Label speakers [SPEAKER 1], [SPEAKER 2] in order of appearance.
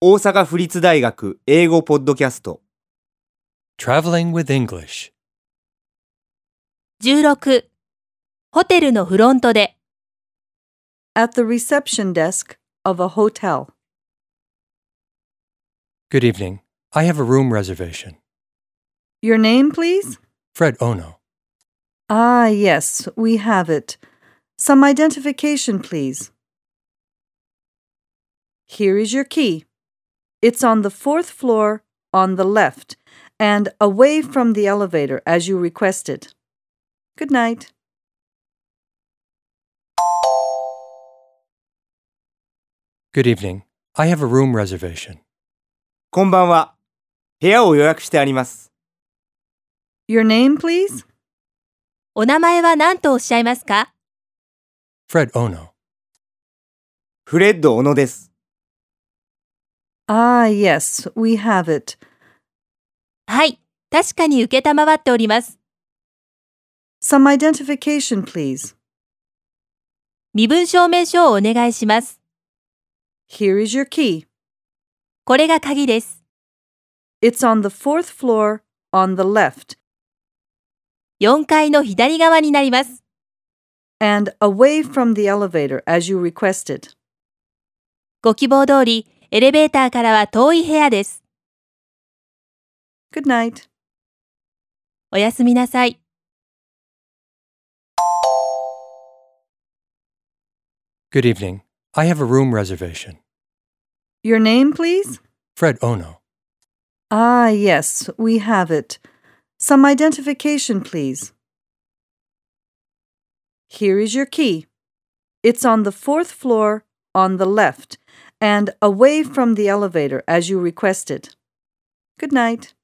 [SPEAKER 1] 大阪府立大学英語ポッドキャスト
[SPEAKER 2] Traveling with English.
[SPEAKER 3] 16ホテルのフロントで
[SPEAKER 4] at the reception desk of a hotel.
[SPEAKER 2] Good evening. I have a room reservation.
[SPEAKER 4] Your name, please?
[SPEAKER 2] Fred Ono.
[SPEAKER 4] Ah, yes, we have it. Some identification, please. Here is your key. It's on the fourth floor on the left and away from the elevator as you requested. Good night.
[SPEAKER 2] 'Good evening. I have a room reservation.
[SPEAKER 1] こんばんは部屋を予約してあります
[SPEAKER 4] Your name, please?
[SPEAKER 3] お名前は何とおっしゃいますか
[SPEAKER 2] Fred Ono.
[SPEAKER 1] フレッド小野です
[SPEAKER 4] Ah, yes, we have it.
[SPEAKER 3] はい確かに受けたまわっております
[SPEAKER 4] Some identification, please.
[SPEAKER 3] 身分証明書をお願いします
[SPEAKER 4] Here is your key.
[SPEAKER 3] これが鍵です
[SPEAKER 4] It's on the fourth floor on the left
[SPEAKER 3] 4階の左側になります
[SPEAKER 4] and away from the elevator as you requested.
[SPEAKER 3] ご希望通りエレベーターからは遠い部屋です
[SPEAKER 4] Good night.
[SPEAKER 3] おやすみなさい
[SPEAKER 2] 'Good evening. I have a room reservation.
[SPEAKER 4] Your name, please?
[SPEAKER 2] Fred Ono.
[SPEAKER 4] Ah, yes, we have it. Some identification, please. Here is your key. It's on the fourth floor on the left and away from the elevator as you requested. Good night.